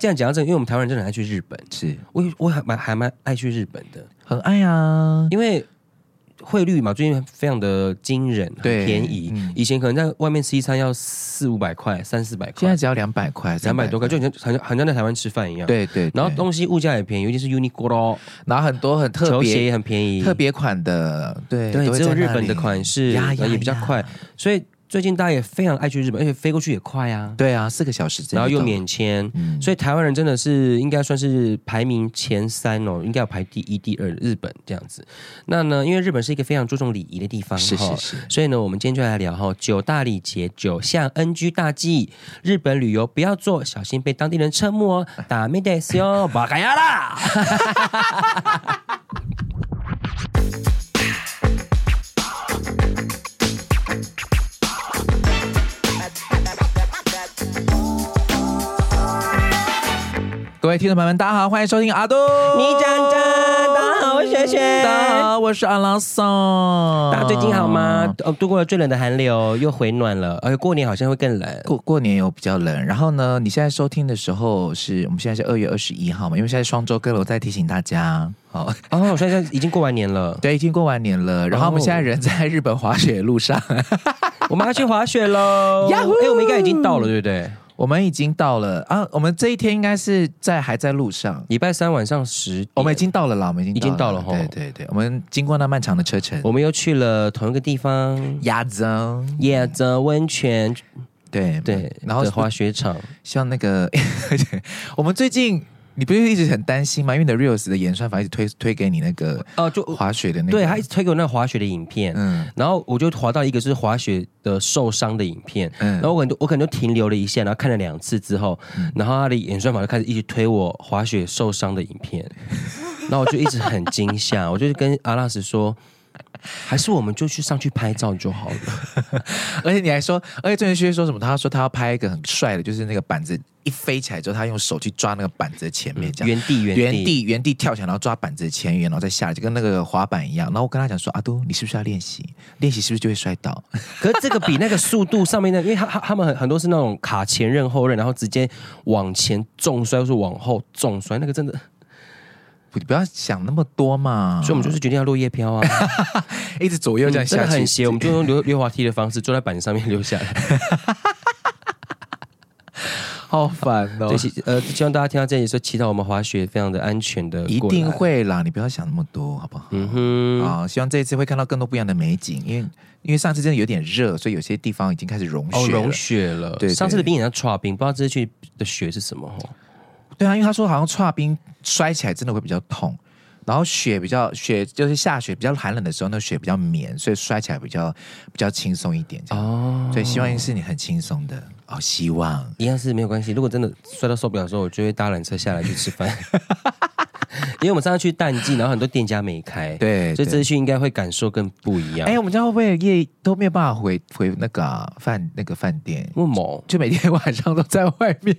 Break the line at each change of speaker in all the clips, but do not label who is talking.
这样讲到这个，因为我们台湾人真的很爱去日本，
是
我我还蛮还蛮爱去日本的，
很爱啊，
因为汇率嘛，最近非常的惊人，很
对
便宜。
嗯
以前可能在外面吃一餐要四五百块、三四百
现
块
在，只要两百块，
两百
300
多块，就好像好像好像在台湾吃饭一样。。
对对，对
然后东西物价也便宜，尤其是 Uniqlo
然后很多很特
球鞋
别
也很便宜，
特别款的，对
对
都，会
只有
在
日
那
本的
里
款式
呀
然后
呀
也比较
呀
快，所以最近大家也非常爱去日本，而且飞过去也快啊，
对啊，四个小时之内
然后又
到
免签，
嗯
所以台湾人真的是应该算是排名前三哦，应该要排第一、第二，日本这样子。那呢，因为日本是一个非常注重礼仪的地方，
是
哈
是是，
所以呢，我们今天就来聊哈九大礼节、九项 NG 大忌，日本旅游不要做，小心被当地人侧目哦。打没得死 哦，巴嘎呀啦！
各位听众朋友们，大家好，欢迎收听阿杜，
你讲真，大家好，我是雪雪，
大家好，我是阿拉桑，
大家最近好吗？？
哦
呃，度过了最冷的寒流，又回暖了，而且过年好像会更冷。
过过年有比较冷，然后呢，你现在收听的时候是我们现在是二月二十一号嘛，因为现在双周更了，我再提醒大家，好、
哦，所以现在已经过完年了，
对，已经过完年
哦
了，然后我们现在人在日本滑雪的路上，
我们要去滑雪喽！
Yahoo！
哎，我们应该已经到了，对不对？
我们已经到了啊，我们这一天应该是在还在路上，
礼拜三晚上十，
我们已经到了啦，我们已经
已经到了吼
对对对，我们经过那漫长的车程，
我们又去了同一个地方，
鸭子哦，
野泽温泉，
对
对，
然后
的滑雪场，
像那个， 我们最近你不是一直很担心吗？因为你的 reels 的演算法一直推推给你那个
哦，就
滑雪的那个，
对，他一直推给我那滑雪的影片，
嗯
然后我就滑到一个是滑雪的受伤的影片，
嗯
然后我可能就我可能就停留了一下，然后看了两次之后，然后他的演算法就开始一直推我滑雪受伤的影 片，然后我就一直很惊吓，我就跟阿拉斯说，还是我们就去上去拍照就好了。
而且你还说，而且郑元旭说什么？他说他要拍一个很帅的，就是那个板子一飞起来之后，他用手去抓那个板子的前面，这样、
原地原地
原地原地跳起来，然后抓板子的前缘，然后再下来，就跟那个滑板一样。然后我跟他讲说，阿都，你是不是要练习？练习是不是就会摔倒？
可是这个比那个速度上面的，因为他他他们很很多是那种卡前刃后刃，然后直接往前重摔，或是往后重摔，那个真的，
你不要想那么多嘛。嗯
所以我们就是决定要落叶 飘啊，
一直左右这样
真
下
的
去，
很斜，我们就用溜溜滑梯的方式坐在板子上面溜下来。
好烦哦
对，。希呃，希望大家听到这里说，祈祷我们滑雪非常的安全的，
一定。会啦，你不要想那么多，好不好？
嗯哼，
啊、希望这一次会看到更多不一样的美景，因为因为上次真的有点热，所以有些地方已经开始融雪
哦，
了。
融雪了。
对对
上次的冰也像刨冰，不知道这次去的雪是什么哦。
对啊，因为他说好像跨冰摔起来真的会比较痛，然后雪比较雪就是下雪比较寒冷的时候，那雪比较绵，所以摔起来比较比较轻松一点。这样，
哦，
所以希望是你很轻松的哦，希望。
一样是没有关系。如果真的摔到受不了的时候，我就会搭缆车下来去吃 饭。因为我们上次去淡季，然后很多店家没开，
对
所以这
对
次去应该会感受更不一样。
哎、
哎，
我们家会不会夜都没有办法回回那个啊饭、那个饭店？
为毛？
就每天晚上都在外面，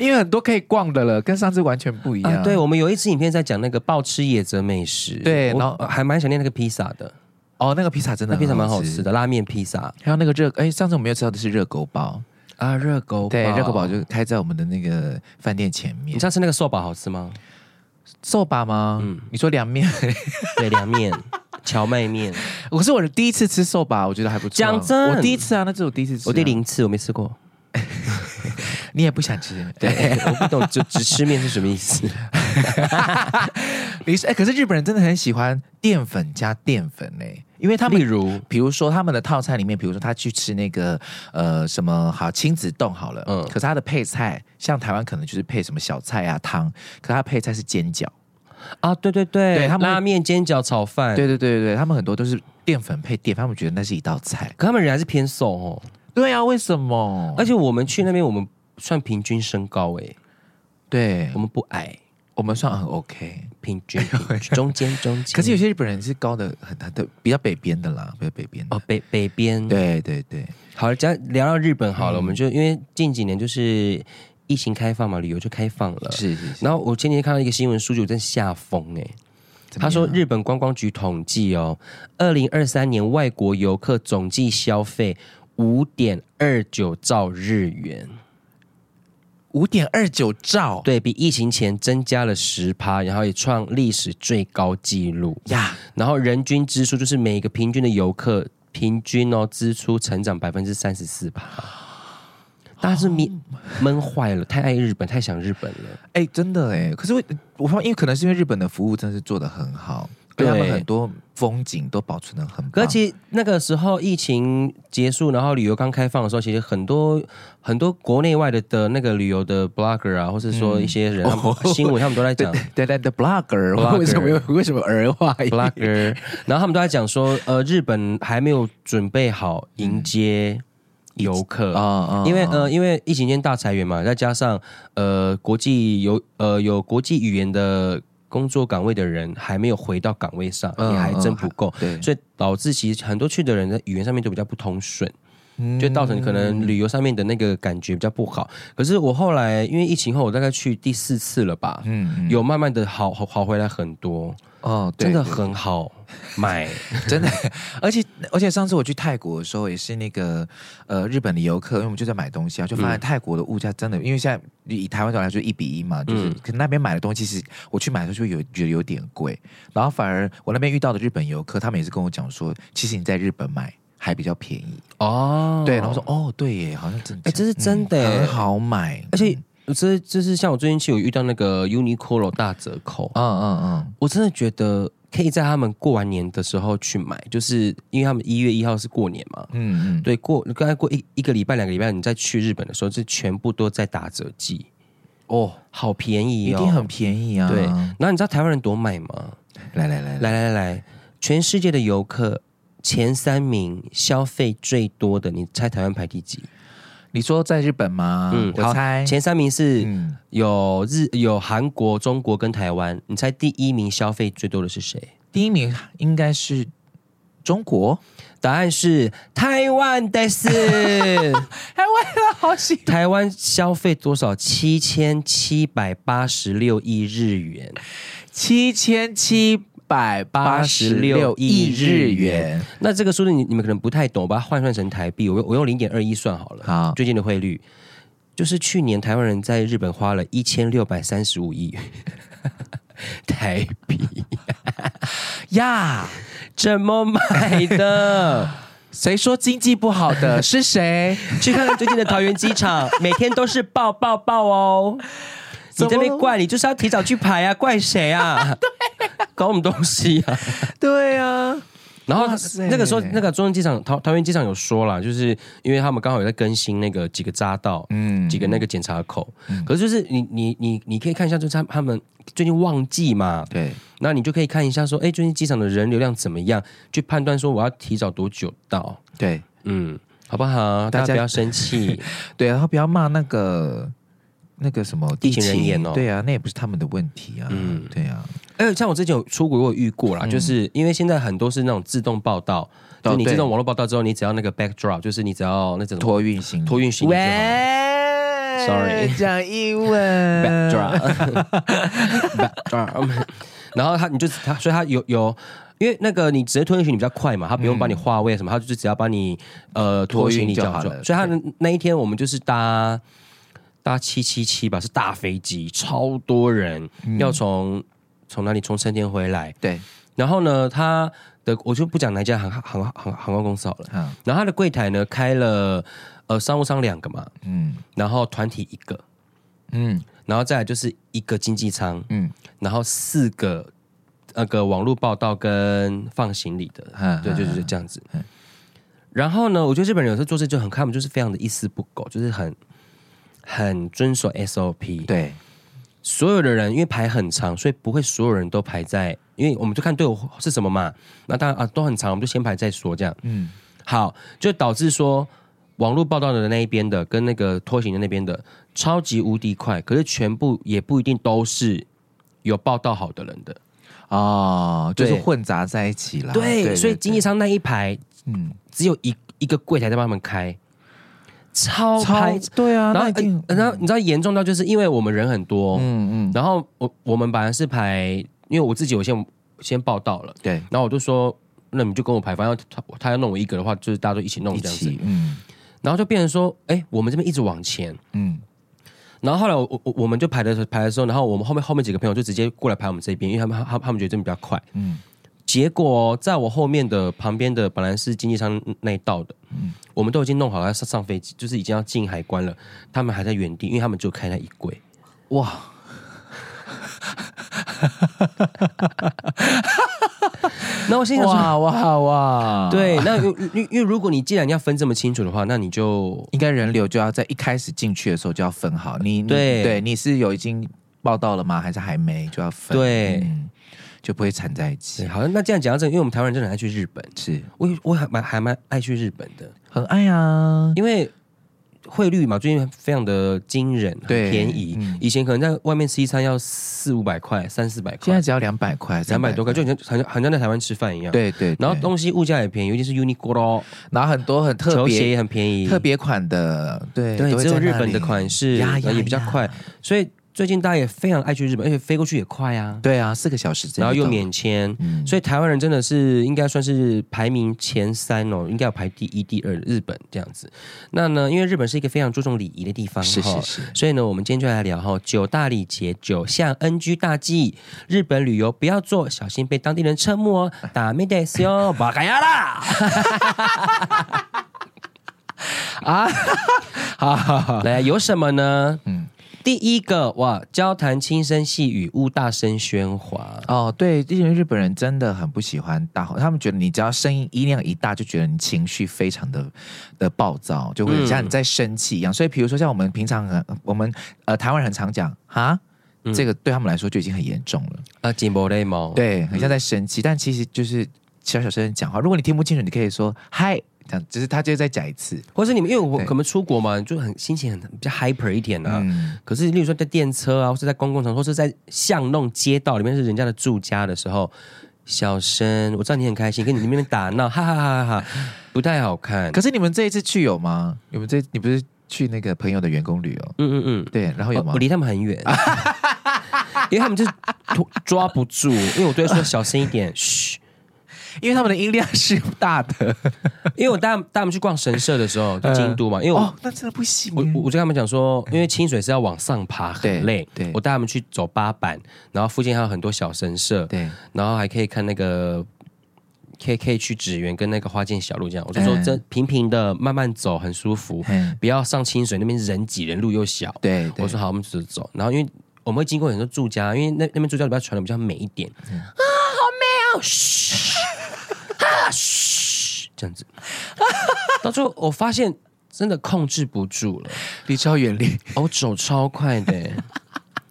因为很多可以逛的了，跟上次完全不一样。
啊，对，我们有一次影片在讲那个暴吃野泽美食，
对
我
然后
呃还蛮想念那个披萨的，
哦，那个披萨真的
那披萨蛮好
很
吃的，拉面披萨
还有那个热，哎，上次我们有吃到的是热狗堡，
啊，热狗
对，热狗堡就开在我们的那个饭店前面
你。上次那个寿堡好吃 吗？
寿吧吗？
嗯
你说凉面，
对，凉面、荞麦面，
我是我的第一次吃寿吧，我觉得还不错。
讲真
我第一次啊，那是我第一次吃、
我第，零次，我没吃过。
你也不想吃，对。
对， 我不懂，就只吃面是什么意思？
你是哎，可是日本人真的很喜欢淀粉加淀粉嘞、因为他们
例如，
比如说他们的套餐里面，比如说他去吃那个呃什么好亲子冻好了，
嗯
可是他的配菜像台湾可能就是配什么小菜啊汤，可是他配菜是煎饺，
啊，对对对，
对他们
拉面、煎饺、炒饭，
对对对对对，他们很多都是淀粉配淀粉，他们觉得那是一道菜。
可他们人还是偏瘦哦。
对啊，为什么？
而且我们去那边，我们算平均身高诶，
对
我，们不矮，
我们算很 OK，
平均 平均中间中间。
可是有些日本人是高的很很的，比较北边的啦，比较北边的。
哦，北北边。
对嗯对对，
好，讲聊到日本好了，我们就因为近几年就是疫情开放嘛，旅游就开放了。
是是是。
然后我前几天看到一个新闻数据，我真吓疯哎。
怎么
他说，
样
日本观光局统计哦，二零二三年外国游客总计消费五点二九兆日元，
五点二九兆，
对比疫情前增加了十趴，然后也创历史最高纪录。
呀，
然后人均支出就是每个平均的游客平均哦支出成长百分之三十四趴。大家是闷闷坏了，太爱日本，太想日本了。
哎、真的哎，可是我我发现，因为可能是因为日本的服务真的是做的很好，
对
对他们很多风景都保存的很
可是。
棒
其实那个时候疫情结束，然后旅游刚开放的时候，其实很多很多国内外的的那个旅游的 blogger 啊，或是说一些 人、
哦
他们新闻，他们都在讲
对对对，blogger，
Blogger
为什么有为什么儿化音
blogger，然后他们都在讲说，呃，日本还没有准备好迎接游客
啊啊
因为呃，因为疫情间大裁员嘛，再加上呃，国际有呃有国际语言的工作岗位的人还没有回到岗位上，
嗯
也还真不够，
对，
所以导致其实很多去的人在语言上面就比较不通顺，
嗯
就造成可能旅游上面的那个感觉比较不好。可是我后来因为疫情后，我大概去第四次了吧，
嗯嗯
有慢慢的好好好回来很多，
哦，对
真的
对
很好 买，
真的，而且而且上次我去泰国的时候，也是那个呃日本的游客，因为我们就在买东西啊，就
嗯
发现泰国的物价真的，因为现在以台湾角来说一比一嘛，就是、
嗯
可能那边买的东西是我去买的时候就有觉得有点贵，然后反而我那边遇到的日本游客，他们也是跟我讲说，其实你在日本买还比较便宜，
哦
对，然后我说哦对耶，好像真的，
哎这是真的耶
很好买，
而且。这就是像我最近去有遇到那个 Uniqlo 大折扣，
嗯嗯嗯，
我真的觉得可以在他们过完年的时候去买，就是因为他们一月一号是过年嘛，
嗯嗯，
对，过刚才过一一个礼拜、两个礼拜，你再去日本的时候，是全部都在打折季，
哦，
好便宜
一
哦，
定很便宜啊，
对。然后你知道台湾人多买吗？
来来来
来
来，
来来，全世界的游客前三名消费最多的，你猜台湾排第几？
你说在日本吗？
嗯好
我猜，
前三名是
哎嗯。
有日、有韩国、中国跟台湾，你猜第一名消费最多的是谁？
第一名应该是中国，
答案是台湾的是。
台湾的哎好喜
台湾消费多少？七千七百八十六亿日元。
七千七百八十六亿日元，
那这个数字你你们可能不太懂，我把它换算成台币，我用我用零点二一算好了。
好
最近的汇率就是去年台湾人在日本花了一千六百三十五亿台币，
呀！
怎么买的？
谁说经济不好的是谁？
去看看最近的桃园机场，每天都是爆爆爆哦！你这
怎么
边
了
怪你就是要提早去排啊，怪谁啊？搞什么东西啊？
对啊，
然后
哇塞
那个时候，那个中正机场、桃桃园机场有说啦，就是因为他们刚好有在更新那个几个匝道，
嗯
几个那个检查口。可是就是你你你你可以看一下，就是他他们最近旺季嘛，
对，
那你就可以看一下说，哎，最近机场的人流量怎么样，去判断说我要提早多久到，
对
嗯，好不好？大
大家
家不要生气，
对，然后不要骂那个那个什么
地勤人员哦
对啊，那也不是他们的问题啊，
嗯
对啊，
哎，像我之前有出国，我有遇过啦，就是因为现在很多是那种自动报道，就你
对
自动网络报道之后，你只要那个 backdrop，就是你只要那种
托运行李
托运行李就好了。
喂
Sorry
讲英文
backdrop，backdrop，然 后他你就他，所以他有有，因为那个你直接托运行李比较快嘛，他不用帮你划位什么，他就是只要帮你呃
托
托
运
运行李
就
就
好
好
了
了。所以他的那一天我们就是搭搭七七七吧，是大飞机，超多人，要从从哪里从成田回来，
对，
然后呢，他的我就不讲哪一家航航航航空公司好了，
好，
然后他的柜台呢开了呃商务舱两个嘛，
嗯
然后团体一个，
嗯。
然后再来就是一个经济舱，
嗯
嗯，然后四个那个网络报道跟放行李的，
嗯
对，就就是这样子。然后呢，我觉得日本人有时候做事就很看，他们就是非常的一丝不苟，就是很很遵守 SOP。，
对，
所有的人因为排很长，所以不会所有人都排在，因为我们就看队伍是什么嘛。那当然啊，都很长，我们就先排再说这样。
嗯，
好，就导致说网络报道的那一边的跟那个拖行的那边的超级无敌快，可是全部也不一定都是有报道好的人的。
哦，就是
对
混杂在一起啦。
对，所以经济舱那一排
嗯，
只有一一个柜台在帮他们开，超
超
排。
对啊，
然后
那一定，，
呃然后你知道严重到就是因为我们人很多，
嗯嗯，
然后我我们本来是排，因为我自己有先先报道了，
对，
然后我就说，那你就跟我排，反正他他要弄我一个的话，就是大家都一起弄
一
这样子。
起，嗯
然后就变成说，哎，我们这边一直往前，
嗯，
然后后来我我我们就排的时候排的时候，然后我们后面后面几个朋友就直接过来排我们这边，因为他们他他们觉得这边比较快。
嗯
结果哦在我后面的旁边的本来是经济舱那一道的，我们都已经弄好了要上上飞机，就是已经要进海关了，他们还在原地，因为他们就开那一柜。
哇，
那我心想说，
哇哇哇！，
对，那因因因为如果你既然要分这么清楚的话，那你就
应该人流就要在一开始进去的时候就要分好。你你
对
对，你是有已经报到了吗？还是还没就要分？
对
嗯就不会缠在一起
对。好像那这样讲到这个，因为我们台湾人真的很爱去日本，
是
我我还蛮还蛮爱去日本的，
很爱啊，
因为汇率嘛，最近非常的惊人，很
对
便宜。
嗯
以前可能在外面吃一餐要四五百块、三四百
现
块
在，只要两百块，
两百
300
多块，就很像好像好像在台湾吃饭一样。，
对对，对
然后东西物价也便宜，尤其是 Uniqlo
然后很多很特
球鞋
别
也很便宜，
特别款的，对
对，
都会
只有
在
日
那
本的
里
款式，
呀
然后
呀
也比较
呀
快，所以最近大家也非常爱去日本，而且飞过去也快啊，
对啊，四个小时之内
然后又
到
免签。
嗯
所以台湾人真的是应该算是排名前三哦，应该有排第一、第二的日本这样子。那呢，因为日本是一个非常注重礼仪的地方，
是
哈
是是，
所以呢，我们今天就来聊哈九大礼节、九项 NG 大忌，日本旅游不要做，小心被当地人侧目哦。打没得斯哟，巴嘎呀啦！
啊，好好好，
来，有什么呢？
嗯
嗯，第一个哇，交谈轻声细语，勿大声喧哗。
哦，对，因为日本人真的很不喜欢大吼，他们觉得你只要声音音量一大，就觉得你情绪非常的的暴躁，就会
嗯
像你在生气一样。所以，比如说像我们平常很，我们呃台湾人很常讲哈。
嗯
这个对他们来说就已经很严重了，
啊，紧波雷毛，
对，很像在生气，但其实就是小小声讲话。如果你听不清楚，你可以说嗨，这样，只是他就再讲一次。
或是你们因为我
对
可能出国嘛，就很心情很比较 hyper 一点啊。
嗯，
可是，例如说在电车啊，或是在公共场所，或是在巷弄、街道里面是人家的住家的时候，小声，我知道你很开心，跟你那边打闹，哈哈哈哈哈，不太好看。
可是你们这一次去有吗？你们这你不是去那个朋友的员工旅游？
嗯嗯嗯，
对，然后有吗
我我？离他们很 远，因为他们就是抓抓不住，因为我对他说小声一点，嘘。
因为他们的音量是大的。
因为我带带他们去逛神社的时候，在京都嘛，因为我、
哦，那真的不行
我
耶。
我就跟他们讲说，因为清水是要往上爬，
嗯对
很累。
对
我带他们去走八坂，然后附近还有很多小神社，
对，
然后还可以看那个。K K 去纸园跟那个花见小路这样，我就说
嗯
这平平的慢慢走很舒服，
嗯，
不要上清水那边人挤人，路又小。
对，对
我说好，我们走走。然后因为我们会经过很多住家，因为那那边住家里边传的比较美一点、
嗯
啊，好美哦，嘘，啊嘘，这样子。到最后我发现真的控制不住了，
离超远离，
哦我走超快的、欸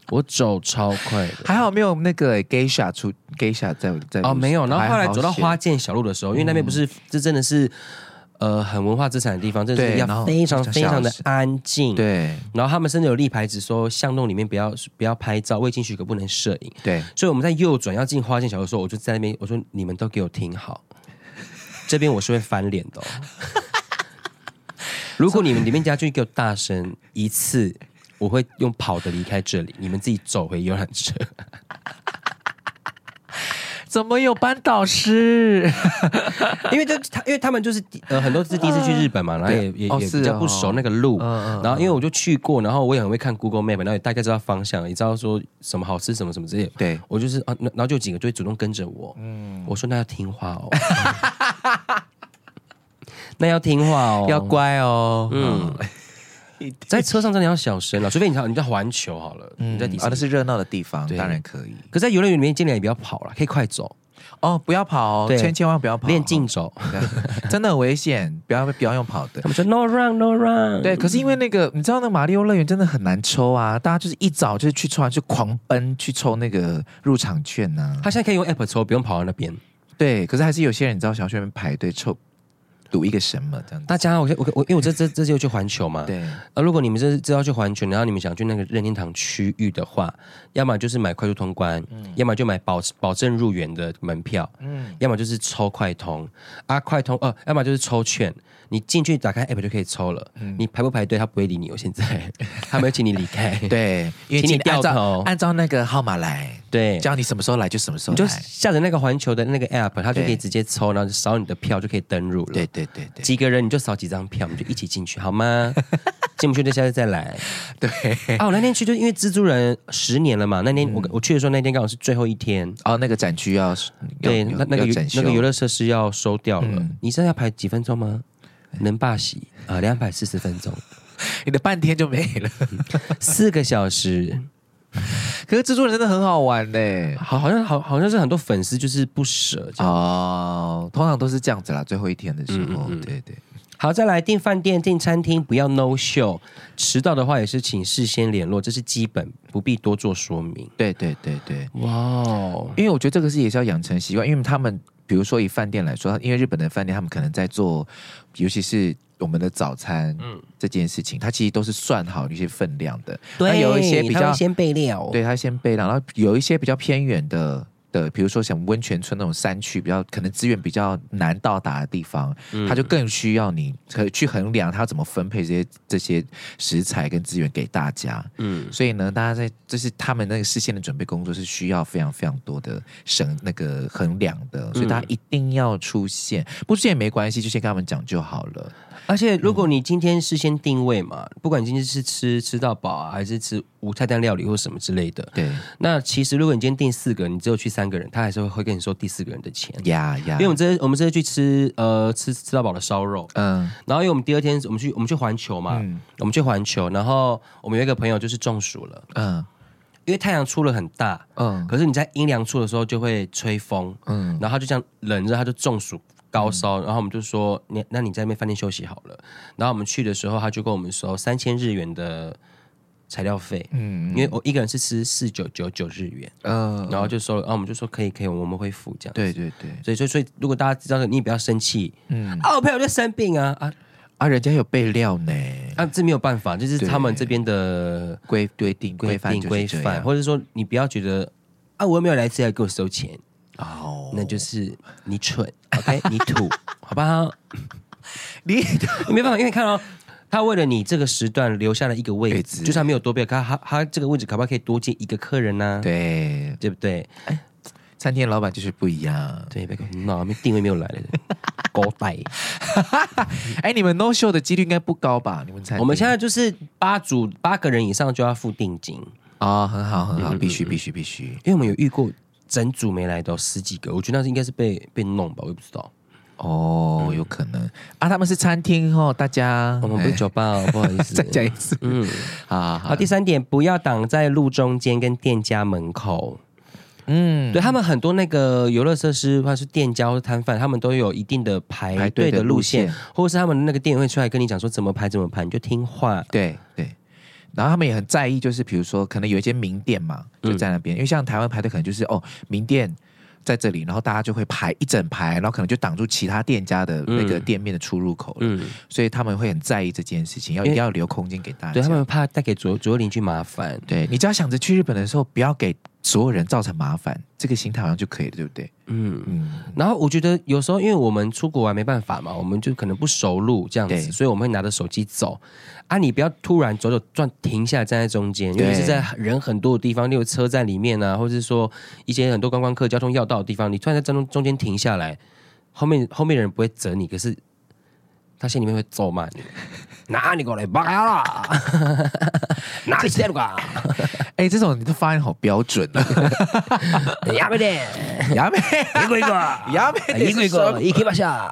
我走超快的。
还好没有那个 geisha 出 geisha 在在
哦，没有。然后后来
还好
走到
险
花见小路的时候，因为那边不是这真的是呃很文化资产的地方，真的是
对然
要
后
非常
就
非常的
小
安静。。
对
然后他们甚至有立牌子说巷弄里面不要不要拍照，未经许可不能摄影。
对，
所以我们在右转要进花见小路的时候，我就在那边我说：“你们都给我听好， 这边我是会翻脸的、哦。 如果你们里面家就给我大声一次，我会用跑的离开这里，你们自己走回游览车。
怎么有班导师？
因为这他因为他们就是第呃很多是第一次去日本嘛，然后也也
哦
也
是
比较
哦
不熟那个路。
嗯嗯
然后因为我就去过，然后我也很会看 Google Map，然后也大概知道方向，也知道说什么好吃什么什么之类的。
对
我就是啊，那然后就有几个就会主动跟着我，
嗯
我说那要听话哦， 那要听话哦，
要乖哦。
嗯
嗯，
在车上真的要小声了，啊除非你在你在环球好了，你在
嗯
迪士
啊，那
尼，
是热闹的地方，
对
当然可以。
可在游乐园里面尽量也不要跑了，可以快走，
哦，不要跑哦，
对
千千万不要跑，
练竞走。
真的很危险，不要不要用跑的
他。们说 no run no run，
对，可是因为那个，你知道那个马里奥乐园真的很难抽啊，大家就是一早就是去抽完就狂奔去抽那个入场券呐、
他现在可以用 app 抽，不用跑到那边。
对，可是还是有些人你知道想要去那边排队抽，赌一个什么这样子。
大家，我我我，因为我这这这次又去环球嘛，
对，
啊，如果你们这这要去环球，然后你们想去那个任天堂区域的话，要么就是买快速通关，要么就买保保证入园的门票，
嗯，
要么就是抽快通啊，快通呃，要么就是抽券，你进去打开 app 就可以抽了，
嗯
你排不排队他不会 理你哦，现在他们会请你离开，
对，因
请
为
你
今天
掉
按照
头
按照那个号码来，
对，
叫你什么时候来就什么时候
你就
来。
下载那个环球的那个 app，它就
对
可以直接抽，然后就扫你的票就可以登入了。
对，对对对
几个人你就扫几张票，我们就一起进去好 吗？进不去就下次再来。
对。
啊，我那天去就因为蜘蛛人十年了嘛，那天我、我去的时候那天刚好是最后一天，
哦，那个展区要
对，
要
那那个
要哦
游
整修
那个游乐设施要收掉了。你现在要排几分钟吗？能罢席啊，两百四十分钟，
你的半天就没 了。
四个小时，
可是蜘蛛人真的很好玩呢、
好，好像好好像是很多粉丝就是不舍。这样
哦，通常都是这样子啦，最后一天的时候，
嗯
对对。
好，再来订饭店、订餐厅，不要 no show，迟到的话也是请事先联络，这是基本，不必多做说明。
对对对对，
哇哦，
因为我觉得这个是也是要养成习惯，因为他们比如说以饭店来说，因为日本的饭店他们可能在做，尤其是我们的早餐，这件事情，它其实都是算好一些分量的，那
对，
有一些比
他
较
会先备料，
对，它先备料，然后有一些比较偏远的。的，比如说像温泉村那种山区，比较可能资源比较难到达的地方，
嗯
它就更需要你可去衡量它怎么分配这些这些食材跟资源给大家。
嗯，
所以呢，大家在就是他们那个事先的准备工作是需要非常非常多的省那个衡量
嗯
的，所以大家一定要出现，不出现也没关系，就先跟他们讲就好了。
而且如果你今天事先定位嘛，不管你今天是吃吃到饱啊，还是吃无菜单料理或什么之类的，
对，
那其实如果你今天订四个人，你只有去三个人，他还是会跟你收第四个人的钱。
呀呀，
因为我们这我们这次去吃呃吃吃到饱的烧肉，
嗯
然后因为我们第二天我们去我们去环球嘛，我们去环球，然后我们有一个朋友就是中暑了，
嗯
因为太阳出了很大，
嗯
可是你在阴凉处的时候就会吹风，
嗯，
然后他就这样冷着，他就中暑高烧，然后我们就说你那你在那边饭店休息好了。然后我们去的时候，他就跟我们收三千日元的材料费，
嗯
因为我一个人是吃四九九九日元，
嗯，
然后就收了，然后我们就说可以可以，我们会付这样。
对对对，
所以所以所以，如果大家知道的，你也不要生气，嗯，啊，我朋友就生病啊啊
啊，人家有备料呢，
啊，这没有办法，就是他们这边的
规规定规
规
范
定
就是
规
这
范，
样
或者说你不要觉得啊，我又没有来吃，还给我收钱，
哦，
那就是你蠢，OK，你 土，好不好？
你
没办法，因为看到、他为了你这个时段留下了一个位置，
位置
就算没有多备，他他他这个位置搞不好可以多接一个客人呐、
对
对不对？
餐厅老板就是不一样。
对，别搞嗯那没定位没有来 的狗带。
哎，你们 no show 的几率应该不高吧？你们餐厅
我们现在就是八组八个人以上就要付定金，
哦，很好很
嗯
好，必须必须必须。
因为我们有遇过整组没来的哦十几个，我觉得那是应该是被被弄吧，我也不知道。
哦，有可能啊，他们是餐厅哦，大家
我们不是酒吧、哦，不好意
哎再
思。
讲一次，嗯，好好
好，第三点，不要挡在路中间跟店家门口。
嗯，
对他们很多那个游乐设施，或者是店家或是摊贩，他们都有一定的排队的路线，
排队的
或者是他们那个店员会出来跟你讲说怎么排怎么排，你就听话。
对对。然后他们也很在意，就是比如说，可能有一间名店嘛，
嗯
就在那边，因为像台湾排队可能就是哦，名店在这里，然后大家就会排一整排，然后可能就挡住其他店家的那个店面的出入口了，
嗯，
所以他们会很在意这件事情，要一定要留空间给大
对
家
他。们怕带给左左右邻居麻烦。
对你只要想着去日本的时候，不要给所有人造成麻烦，这个心态好像就可以了，对不对？
嗯，
嗯，
然后我觉得有时候因为我们出国玩没办法嘛，我们就可能不熟路这样
对
子，所以我们会拿着手机走。啊，你不要突然走走转停下来站在中间，尤其是
对
在人很多的地方，例如车站里面啊，或者是说一些很多观光客交通要道的地方，你突然在中中间停下来，后面后面的人不会责你，可是他心里面会咒骂 你。哪你过来巴啦？哪里去 了？
哎，这种你的发音好标准啊！
やめて、
牙妹，
一个一个，
牙妹，
一个一个，行きまし ょう。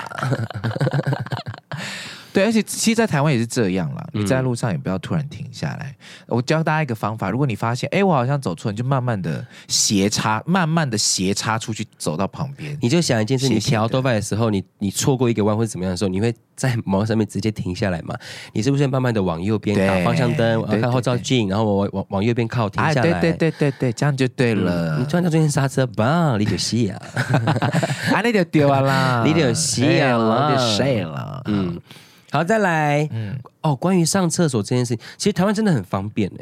对，而且其实，在台湾也是这样啦。你
嗯
在路上也不要突然停下来。我教大家一个方法，如果你发现，哎，我好像走错，你就慢慢的斜插，慢慢的斜插出去，走到旁边。
你就想一件事，
谢谢
你调头发的时候，你你错过一个弯或者怎么样的时候，你会在毛上面直接停下来嘛？你是不是慢慢的往右边
对
打方向灯，
对
然后看后照镜，然后往往往右边靠停
哎，
下
对
来？嗯
对对对对，这样就对了。
你突然到中间刹车，棒！你就戏啊！
啊，那就丢啊啦，
你就死啊啦
哎就睡了。嗯，
嗯， 好，再来，哦，关于上厕所这件事情，其实台湾真的很方便呢、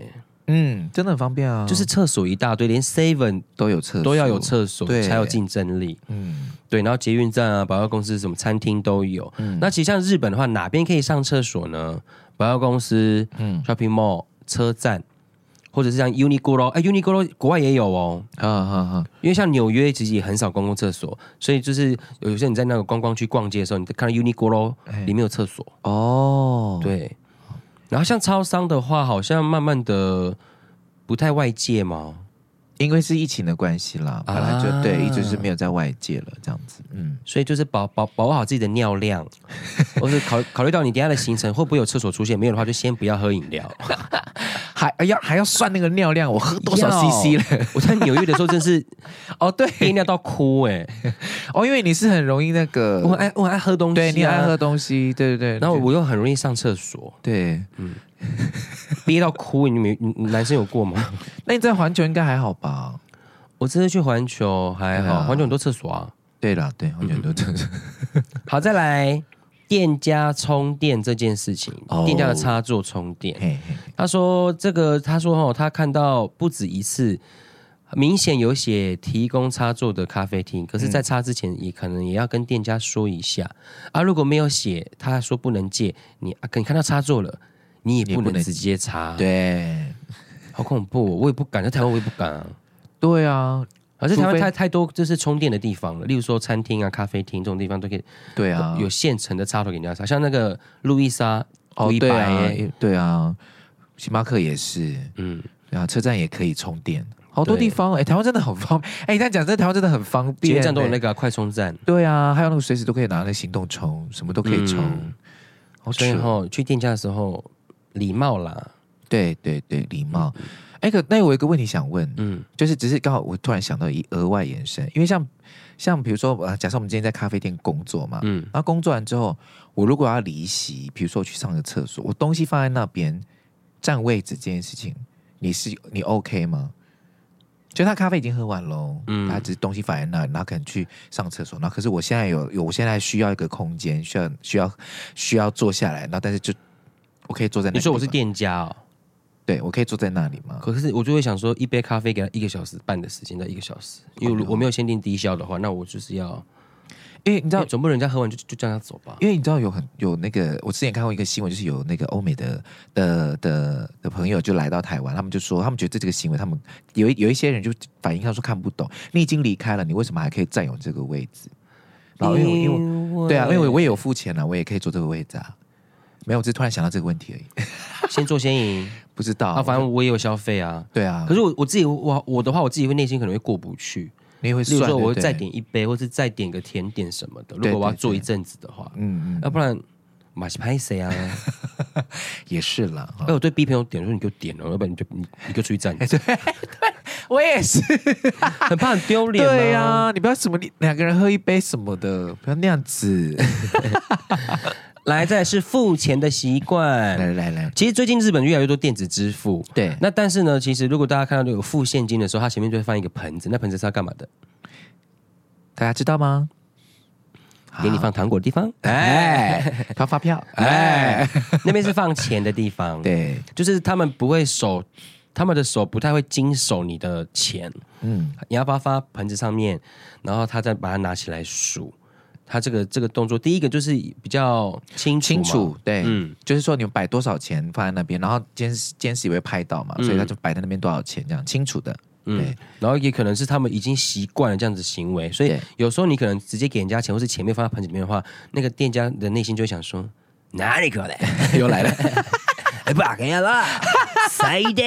嗯，真的很方便啊，
就是厕所一大堆，连 Seven
都有厕所，
都要有厕所
对
才有竞争力。
嗯，
对，然后捷运站啊、百货公司、什么餐厅都有。那其实像日本的话，哪边可以上厕所呢？百货公司、嗯、shopping mall、车站，或者是像 Uniqlo，哎，Uniqlo 国外也有哦，
啊啊啊！
因为像纽约其实也很少公共厕所，所以就是有些你在那个观光区逛街的时候，你看到 Uniqlo
哎
里面有厕所，
哦，
对。然后像超商的话，好像慢慢的不太外界嘛，
因为是疫情的关系啦，本来就、
啊
对，一直是没有在外界了，这样子，嗯，
所以就是保保把握好自己的尿量， 或是考考虑到你等一下的行程会不会有厕所出现，没有的话就先不要喝饮 料。
还哎要还要算那个尿量，我喝多少
要
CC 了？
我在纽约的时候真 是
哦，对，
憋尿到哭哎、
哦，因为你是很容易那个，
我很爱我很爱喝东西、啊，
对你爱喝，东西，对对对，
然后我又很容易上厕所，
对，
憋到哭，你没你你男生有过 吗？
那你在环球应该还好吧？
我这次去环球还
对啊
好，环球很多厕所啊。
对啦，对，环球很 多厕所，
好，再来店家充电这件事情
哦，
店家的插座充电。
嘿嘿，
他说这个，他说哦，他看到不止一次，明显有写提供插座的咖啡厅，可是，在插之前也可能也要跟店家说一下啊。如果没有写，他说不能借你啊，可你看到插座了，你也
也
不
不
能
能
直接插，，
对
好恐怖哦、我也不敢，在台湾我也不敢啊。
对啊，
而且台
除
湾
非
太太多就是充电的地方了，例如说餐厅啊、咖啡厅这种地方都可以
对啊，
有现成的插头给人家插，像那个路易莎，
哦，
一
对
百
啊
耶，
对啊，星巴克也是，
嗯，
对啊，车站也可以充电，好多
对
地方，哎，台湾真的很方 便，哎，但讲真的，台湾真的很方
捷
便，
运站都有那
哎
个啊、快充站，
对啊，还有那个随时都可以拿那行动充，什么都可以充，
嗯
好扯
所
哦
以，吼、去店家的时候礼貌啦，
对对对，礼貌。哎，可那我有一个问题想问，
嗯
就是只是刚好我突然想到一额外延伸，因为像像比如说，呃，假设我们今天在咖啡店工作嘛，
嗯，
然后工作完之后，我如果要离席，比如说我去上个厕所，我东西放在那边占位置这件事情，你是你 OK 吗？就他咖啡已经喝完喽，
嗯
他只是东西放在那，然后可能去上厕所，然后可是我现在有有，我现在需要一个空间，需要需要需要坐下来，然后但是就我可以坐在那
你
里吗，
说我是店家哦，
对我可以坐在那里吗？
可是我就会想说，一杯咖啡给他一个小时半的时间到一个小时，因为如
哦
我没有限定低消的话，那我就是要，
因为你知道
那总不能人家喝完就就叫他走吧？
因为你知道有很有那个，我之前看过一个新闻，就是有那个欧美的的的的朋友就来到台湾，他们就说他们觉得这个行为，他们有一有一些人就反映他说看不懂，你已经离开了，你为什么还可以占有这个位置？然后因为我因为我对啊，因为我我也有付钱了、我也可以坐这个位置啊。没有，我只是突然想到这个问题而已，
先做先赢
不知道。
啊，反正我也有消费啊。
对啊，
可
是
是我我自己我我的话，我自己会内心可能会过不去。
你也会
例
算，
如说，我
对
会
不对
再，点一杯，或是再点个甜点什么的。如
对
果我要
对
做
对
一阵子的话，
嗯嗯，
要不然马西拍 谁啊？
也是啦。哈
哎，我对 B 朋友点说你给我点了，要不然你就你你给我出去站，
哎我也是，
很怕很丢脸。啊
对啊呀、，你不要什么你两个人喝一杯什么的，不要那样子。
来，再来是付钱的习
来
惯。
来来来，
其实最近日本越来越多电子支付。
对，
那但是呢，其实如果大家看到有付现金的时候，它前面就会放一个盆子，那盆子是要干嘛的？
大家知道吗？
给你放糖果的地方，
啊哎，发发票哎，
那边是放钱的地方。
对，
就是他们不会手，他们的手不太会经手你的钱，
嗯，
你要把它放在盆子上面，然后他再把它拿起来数。他这个这个动作，第一个就是比较清楚
清
嘛
楚，对，
嗯
就是说你们摆多少钱放在那边，然后监视监视也会拍到嘛，所以他就摆在那边多少钱这样清楚的，
嗯
对，
然后也可能是他们已经习惯了这样子行为，所以
对
有时候你可能直接给人家钱，或是钱没有放在盆子里面的话，那个店家的内心就会想说：哪里搞的？
又来了，
哎，不给人 了，谁的？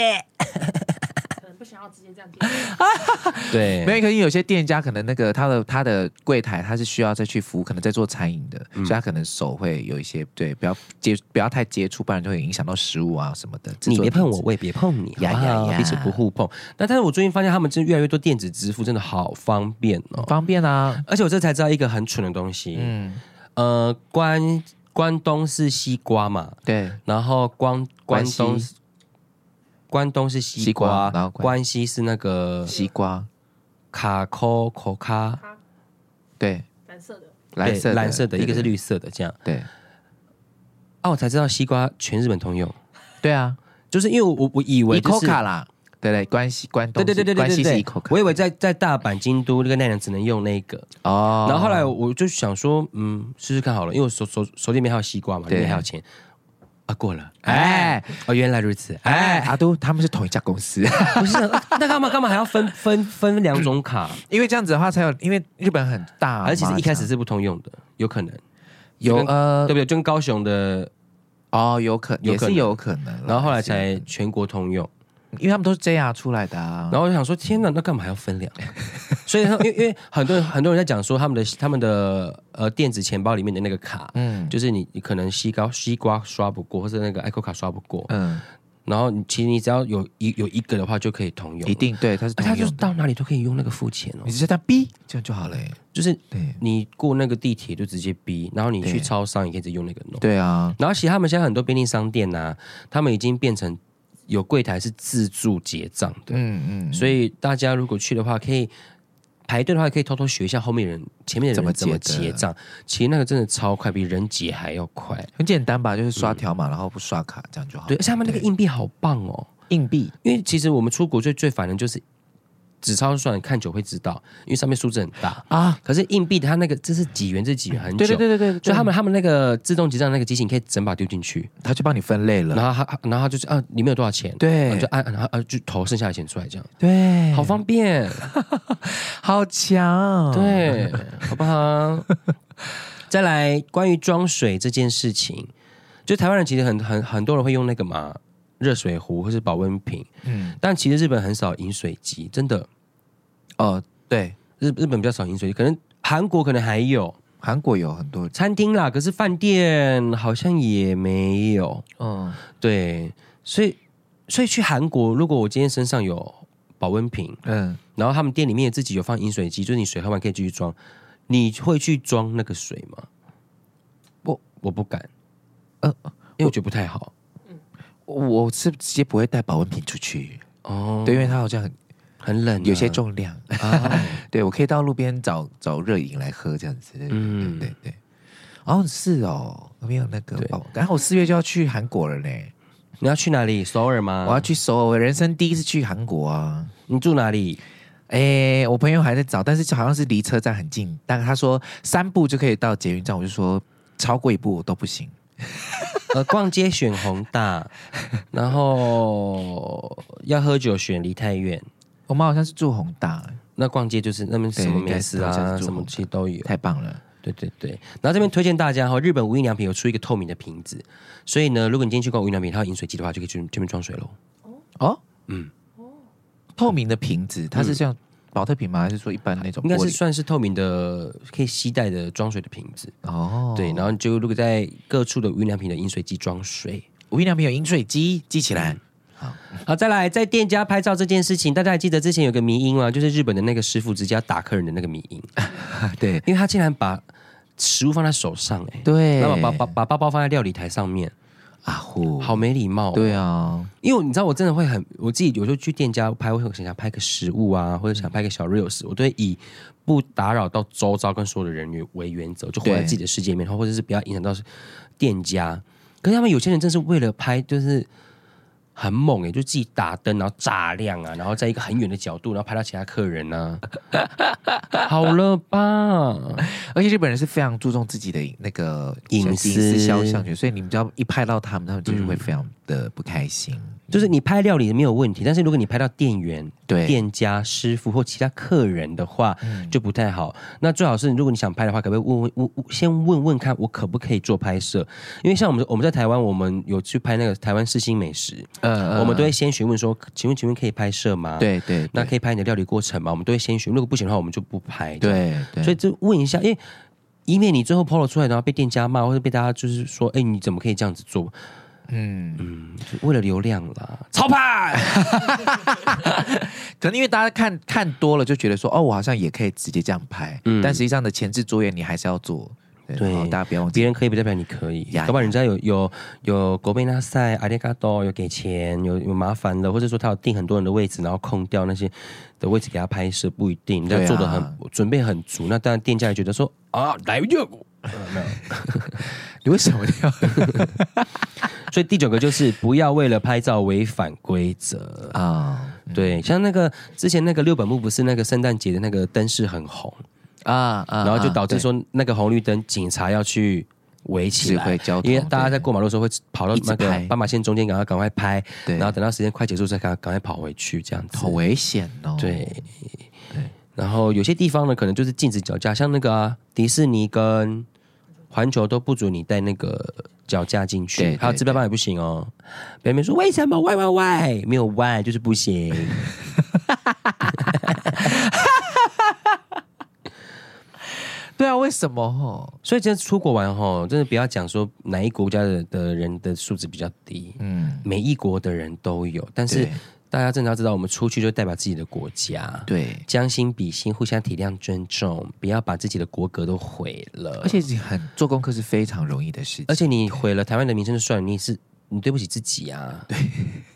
可能不想要直接这样给你。
对，
没有，可能有些店家可能那个他的他的柜台他是需要再去服务，可能在做餐饮的，所以他可能手会有一些对，不要接不要太接触，不然就会影响到食物啊什么的。制
你
作
别
品
碰我，
质，
我也别碰你，
呀
好不好
呀呀
彼此不互碰。那但是我最近发现他们真的越来越多电子支付，真的好方便哦
很。方便啊，
而且我这才知道一个很蠢的东西，
嗯，
呃，关关东是西瓜嘛，
对，
然后关关
关西
东是关东是西瓜，
西瓜然后关
关西是那个
西瓜，
卡扣口卡，
它
对，
蓝色的，
蓝
对
色的
蓝色的，
对
一个是
对
绿色的，这样。
对
啊，我才知道西瓜全日本通用，
对啊，
就是因为我我我以为
以
就
扣
是。
卡啦，对对，关系关东
对对
西
对对对
关
对
系是
对
以扣，卡
我以为在在大阪、京都那个奈良只能用那个，
哦，
然后后来我就想说，嗯，试试看好了，因为我手手手里面还有西瓜嘛，里
对
面还有钱，啊，过了，
哎
哦，原来如此，
哎，
哎，
阿都他们是同一家公 司，
不是，那干嘛干嘛还要分分分两种卡？
因为这样子的话才有，因为日本很大嘛，
而且是一开始是不通用的，有可能，
有
就跟对
呃
不对？就跟高雄的，
哦，有可
有
也
可
是
能
有可能啦，
然后后来
也是有
才全国通用。
因为他们都是 JR 出来的啊
然。后我就想说，天哪，那干嘛还要分 两？所以他，因为因为很多人很多人在讲说，他们的他们的呃电子钱包里面的那个卡，
嗯
就是你你可能西高西瓜刷不过，或者那个 ICO 卡刷不过，
嗯，
然后你其实你只要有一有一个的话就可以通用，
一。定对，他是
而
通
且它哎就是
用的。
到哪里都可以用那个付钱哦
你，直接打 B 这样就好了欸。
就是
对
你过那个地铁就直接逼，然后你
对
去超商也可以直接用那个弄。
对啊，
然后其实他们现在很多便利商店呐、他们已经变成有柜台是自助结账的，
嗯嗯，
所以大家如果去的话，可以排队的话，可以偷偷学一下后面人、前面的
怎么
人怎么
结的
结账。其实那个真的超快，比人结还要快。
很简单吧，就是刷条码，然后不刷卡，这样就好了。
对，而且他们那个
对
硬币好棒哦，
硬币，
因为其实我们出国最最烦的就是纸钞算，看久会知道，因为上面数字很大
啊
啊。可是硬币它那个这是几元，这是几元很久。
对对对对对，
所
对
以他们他们那个自动结账那个机器，你可以整把丢进去，
他就帮你分类了。
然后他然后他就是啊，里面有多少钱，
对
啊就按，然后啊就投剩下的钱出来，这样
对，
好方便，
好强，，
对，好不好？再来关于装水这件事情，就台湾人其实很很很多人会用那个嘛热水壶或是保温瓶，
嗯，
但其实日本很少饮水机，真的，
哦，对，
日日本比较少饮水机，可能韩国可能还有
韩国有很多，
餐厅啦，可是饭店好像也没有，
嗯，
对，所以所以去韩国，如果我今天身上有保温瓶，
嗯，
然后他们店里面自己有放饮水机，就是你水喝完可以继续装，你会去装那个水吗？
我
我不敢，
呃
呃，因为我觉得不太好
我我是直接不会带保温瓶出去，
哦，
对，因为它好像很
很冷啊、
有些重量，
啊，
对我可以到路边找找热饮来喝这样子，
嗯
嗯，对对。哦，是哦，没有那个
对
保，然后我四月就要去韩国了呢，
你要去哪里？首尔吗？
我要去首尔，我人生第一次去韩国啊。
你住哪里？
哎、我朋友还在找，但是好像是离车站很近，但他说三步就可以到捷运站，我就说超过一步我都不行。
呃，逛街选宏大，然后要喝酒选梨泰院。
我们好像是住宏大，
那逛街就是那边
对
什么
应该
美
是
食
好像
啊，
是住
什么
宏
其实都有。
太棒了。
对对对，然后这边推荐大家哈、日本无印良品有出一个透明的瓶子，所以呢，如果你今天去逛无印良品，它有饮水机的话，就可以去这边装水喽。
哦，
嗯，
透明的瓶子，它是像保特瓶吗？还是说一般那种
嗯应该
玻
是
璃？
算是透明的，可以吸带的装水的瓶子。
哦，
对，然后就如果在各处的无印良品的饮水机装水。
无印良品有饮水机，记起来。
好，再来在店家拍照这件事情，大家还记得之前有个迷因吗？就是日本的那个师傅直接要打客人的那个迷因，嗯
对
因为他竟然把食物放在手上、欸，
对，
然后把把把包包放在料理台上面，
啊呼，
好没礼貌、哦。
对啊，
因为你知道，我真的会很，我自己有时候去店家拍，我会想想拍个食物啊，或者想拍个小 reels，我都会以不打扰到周遭跟所有的人员为原则，就活在
对
自己的世界里面，或者是不要影响到店家。可是他们有些人真是为了拍，就是很猛哎、就自己打灯，然后炸亮啊，然后在一个很远的角度，然后拍到其他客人啊， 好了吧？
而且日本人是非常注重自己的那个
隐私
肖像权，所以你们只要一拍到他们，他们就是会非常的不开心。
就是你拍料理没有问题，但是如果你拍到店员、
对嗯
店家、师傅或其他客人的话，就不太好。那最好是，如果你想拍的话，可不可以问问问问先问问看，我可不可以做拍摄？因为像我们我们在台湾，我们有去拍那个台湾四星美食，
呃
我们都会先询问说，请问请问可以拍摄吗？，
对对，
那
对
可以拍你的料理过程吗？我们都会先询，问，如果不行的话，我们就不拍。这样，
对对，
所以就问一下，因为以免你最后 PO 了出来，然后被店家骂，或者被大家就是说，哎、你怎么可以这样子做？
嗯，
嗯，就为了流量啦，操盘。
可能因为大家看看多了，就觉得说哦，我好像也可以直接这样拍，
嗯
但实际上的前置作业你还是要做。
对
然后大家不要忘
别
记。
人可以不代表你可以，
呀
要不然人家有有有国贝纳赛、阿里嘎多有给钱，有有麻烦了，或者说他有订很多人的位置，然后空掉那些的位置给他拍摄，不一定，人
对
家
啊
做的很、准备很足，那当然店家也觉得 说啊来热股、
哦
呃没有。
你为什么要
所以第九个就是不要为了拍照违反规则。
啊
对，像那个之前那个六本木不是那个圣诞节的那个灯饰很红，
啊啊
然后就导致
啊
说那个红绿灯警察要去围起
指
来
挥。交通，
因为大家在
对
过马路的时候会跑到
一直
那个
拍
斑马线中间，赶快赶快拍，
对，
然后等到时间快结束再赶赶快跑回去这样子。
好危险哦，
对，然后有些地方呢，可能就是禁止脚架，像那个啊、迪士尼跟环球都不准你带那个脚架进去，
对对
还有自拍棒也不行哦。别人说为什么 why why why 没有 why 就是不行。
对啊，为什么哦？
所以，真的出国玩吼，真的不要讲说哪一国家的的人的素质比较低，
嗯，
每一国的人都有，但是
对
大家正常知道，我们出去就代表自己的国家。
对，
将心比心，互相体谅、尊重，不要把自己的国格都毁了
而。且你很做功课是非常容易的事情，
而且你毁了台湾的名声就算了，你是你对不起自己啊，对，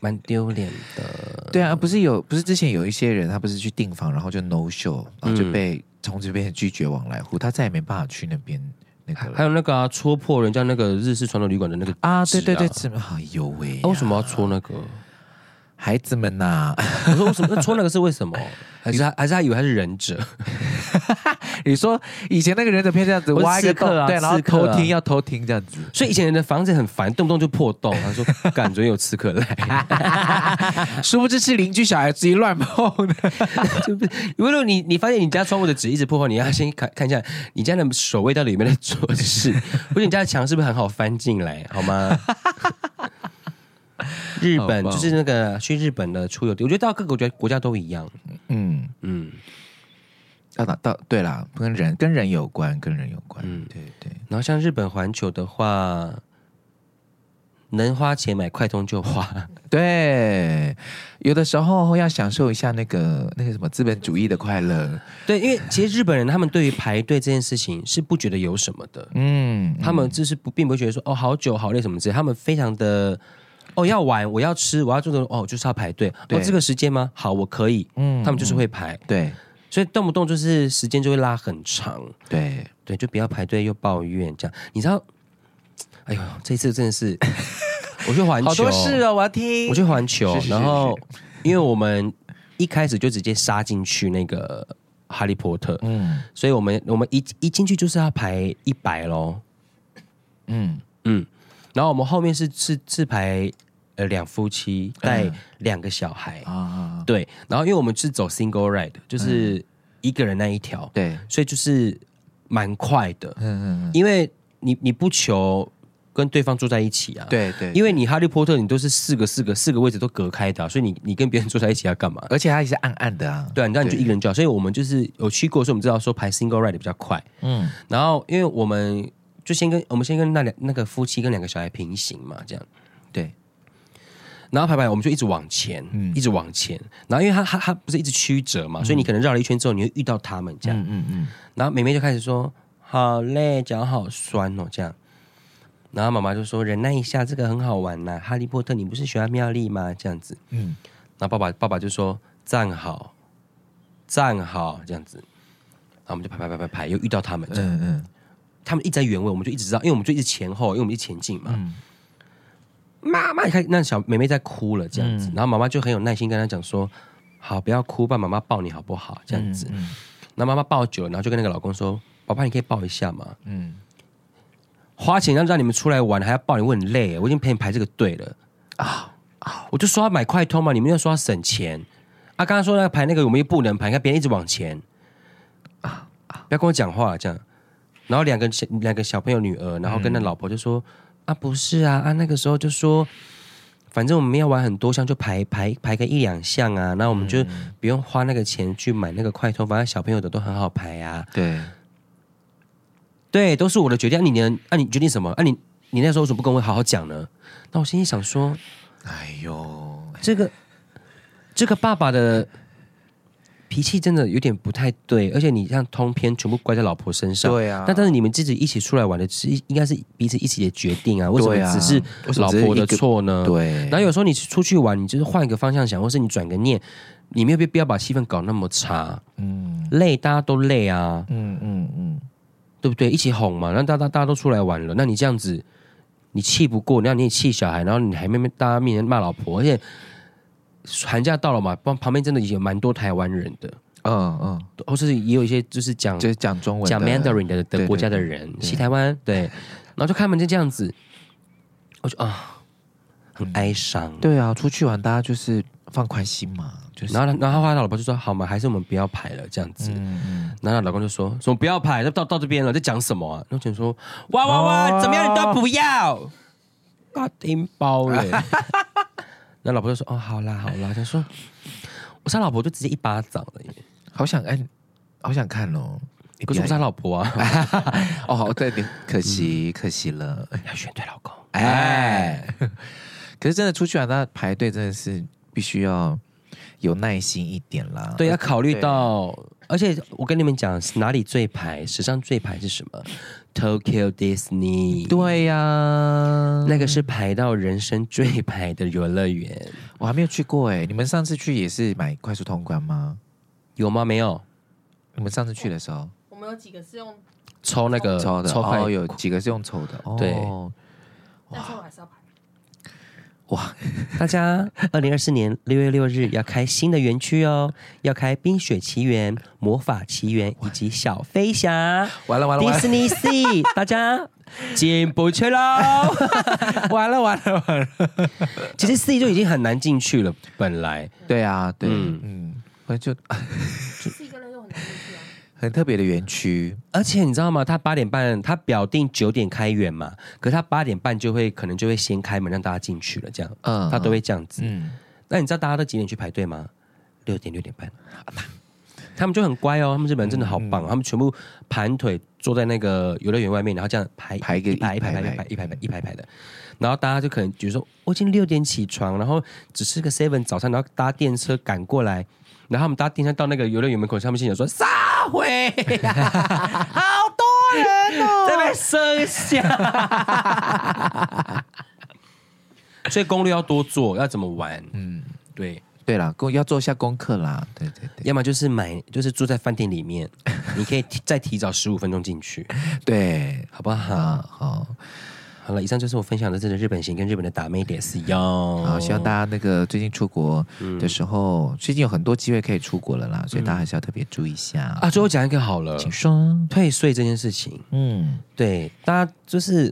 蛮丢脸的。
对啊，不是有不是之前有一些人他不是去订房，然后就 no show，
嗯
然后就被从此变成拒绝往来户，他再也没办法去那边那个
还
了
有那个啊，戳破人家那个日式传统旅馆的那个啊，哦
啊，
纸
对对对，怎么哎呦喂呀、
为什么要戳那个？
孩子们呐、
我说为什么 那戳那个是为什么？还是他还是他以为他是忍 者？
你说以前那个忍者片这样子
我是
挖一个
刺
洞，
客啊
对，然后
刺客
偷
啊
听要偷听这样 子，
所以以前人的房子很烦，动不动就破洞。他说 感觉有刺客来，
殊不知是邻居小孩自己乱碰的。
就是如果你你发现你家窗户的纸一直破坏，你要先看看一下你家的守卫到底有没有在做事，或者你家的墙是不是很好翻进来，好吗？日本
好棒
就是那个去日本的出游地，我觉得到各个国家国家都一样。
嗯，
嗯，
到哪啊到对啦，跟人跟人有关，跟人有关。
嗯
对对。
然后像日本环球的话，能花钱买快通就花。
对，有的时候要享受一下那个那个什么资本主义的快乐。
对，因为其实日本人他们对于排队这件事情是不觉得有什么的。
嗯，
他们就是不并不会觉得说哦好久好累什么之类，他们非常的哦要玩，我要吃，我要做的哦我就是要排队，
对
哦这个时间吗？好，我可以，
嗯
他们就是会排，
对
所以动不动就是时间就会拉很长，
对，
对，就不要排队又抱怨这样，你知道？哎呦，这次真的是我去环球，
好多事哦，我要听。
我去环球
是，是
然后因为我们一开始就直接杀进去那个哈利波特，
嗯
所以我们我们一一进去就是要排一百喽。
嗯，
嗯，然后我们后面是是是排呃两夫妻带两个小孩，
啊，
对，然后因为我们是走 single ride，就是一个人那一条，
对，
所以就是蛮快的，
嗯嗯嗯，
因为你你不求跟对方坐在一起啊，，
对对，
因
为
为你哈利波特你都是四个四个四个位置都隔开的啊、所以你你跟别人坐在一起要干嘛？
而且它也是暗暗的啊。
对啊，你知道你就
对
一个人就好，所以我们就是有去过，所以我们知道说排 single ride 比较快，
嗯
然后因为我们就先跟我们先跟那两那个夫妻跟两个小孩平行嘛，这样。
对，
然后排排我们就一直往前，一直往前。然后因为它它它不是一直曲折嘛，所以你可能绕了一圈之后，你会遇到他们这样。
嗯嗯嗯，
然后妹妹就开始说：“好累，脚好酸哦。”这样。然后妈妈就说：“忍耐一下，这个很好玩呐、哈利波特，你不是喜欢妙丽吗？”这样子。
嗯
嗯。然后爸爸爸爸就说：“站好，站好。”这样子。然后我们就排排排排排，又遇到他们这样。
嗯嗯，
他们一直在原位，我们就一直知道，因为我们就一直前后，因为我们一直前
嗯
进嘛。妈妈，你看那小妹妹在哭了，这样子，然后妈妈就很有耐心跟她讲说：“好，不要哭，爸妈妈抱你好不好？”这样
嗯
子，然后妈妈抱久了，然后就跟那个老公说：“爸爸，你可以抱一下吗？”嗯，花钱让让你们出来玩，还要抱你，我很累耶，我已经陪你排这个队了啊我就说要买快通嘛，你们又说要省钱啊。刚刚说那个排那个我们又不能排，你看别人一直往前啊，不要跟我讲话了这样。然后两个小两个小朋友女儿，然后跟那老婆就说、啊，不是啊啊，那个时候就说，反正我们要玩很多项，就排排排个一两项啊，那我们就不用花那个钱去买那个快通，反正小朋友的都很好排啊。
对，
对，都是我的决定，啊、你能啊你决定什么啊你你那时候为什么不跟我好好讲呢？那我心里想说，
哎呦，
这个这个爸爸的。脾气真的有点不太对，而且你像通篇全部怪在老婆身上，
对啊
但但是你们自己一起出来玩的，是应该是彼此一起的决定啊，为什
对啊
么只是
为什么
老
只是
婆
一
的
个
错呢？
对，
然后有时候你出去玩，你就是换一个方向想，或是你转个念，你没有必要把气氛搞那么差。
嗯
累，大家都累啊，
嗯嗯嗯，
对不对？一起哄嘛，让大家大家都出来玩了，那你这样子，你气不过，然后你也气小孩，然后你还面面大家面前骂老婆，而且寒假到了嘛，旁旁边真的也蛮多台湾人的，
嗯嗯，
或是也有一些就是讲
就是讲中文的，
讲 Mandarin 的
对
的国家的人，西台湾对，然后就开门就这样子，我就啊，很哀伤。
对啊，出去玩大家就是放宽心嘛，就是
然后她，然后她老婆就说：“好嘛，还是我们不要排了，这样子。
嗯，
然后她老公就说：“说不要排，那到到这边了，在讲什么啊？”然后就说：“哇哇
哦
哇，怎么样你都不要，大丁包嘞。”
啊
然后老婆就说：“哦，好啦好啦。”她说：“我是她老婆，就直接一巴掌了耶。
好想按，好想看哦。
可是我是她老婆啊，
哦，好对，你可惜可惜了，
要选对老公。
哎。 可是真的出去玩，啊那排队真的是必须要有耐心一点啦。
对，要考虑到，而且我跟你们讲，哪里最排？史上最排是什么？Tokyo Disney。
对呀、
那个是排到人生最排的游乐园，
我还没有去过哎、你们上次去也是买快速通关吗？
有吗？没有，
你们上次去的时候
我们有几个是用，
抽那个
抽的，
抽快、
哦，有几个是用抽的哦。
对
但是我还是要排。
大家，二零二四年六月六日要开新的园区哦，要开《冰雪奇缘》《魔法奇缘》以及《小飞侠》
完了完了完了
Disney Sea，大家进不去 喽。
完了完了完了。
其实 Sea 就已经很难进去了，本来
对啊，对，
嗯
嗯，我就
是一个人又很难进去啊。
很特别的园区，
而且你知道吗？他八点半，他表定九点开园嘛，可是他八点半就会可能就会先开门让大家进去了，这样，
嗯
他都会这样子。
嗯，
那你知道大家都几点去排队吗？六点六点半。
啊
他们就很乖哦，他们日本人真的好
嗯
棒、哦，他们全部盘腿坐在那个游乐园外面，然后这样排
排一个
一排一排
一排
排排排一排排一排排的，然后大家就可能比如说我已经六点起床，然后只吃个 seven 早餐，然后搭电车赶过来，然后他们搭电车到那个游乐园门口，他们心想说撒回，好多人 哦，这边生下， 所以攻略要多做，要怎么玩，嗯，对。
对啦，功要做一下功课啦，对对对
要么就是买，就是住在饭店里 面，你可以提再提早十五分钟进去，
对，
好不好？
啊好，
好了，以上就是我分享的这个日本行跟日本的打妹点是哟。
好，啊希望大家那个最近出国的时候，最近有很多机会可以出国了啦，所以大家还是要特别注意一下
啊，最后讲一个好了，
请说，
退税这件事情，
嗯，
对大家就是，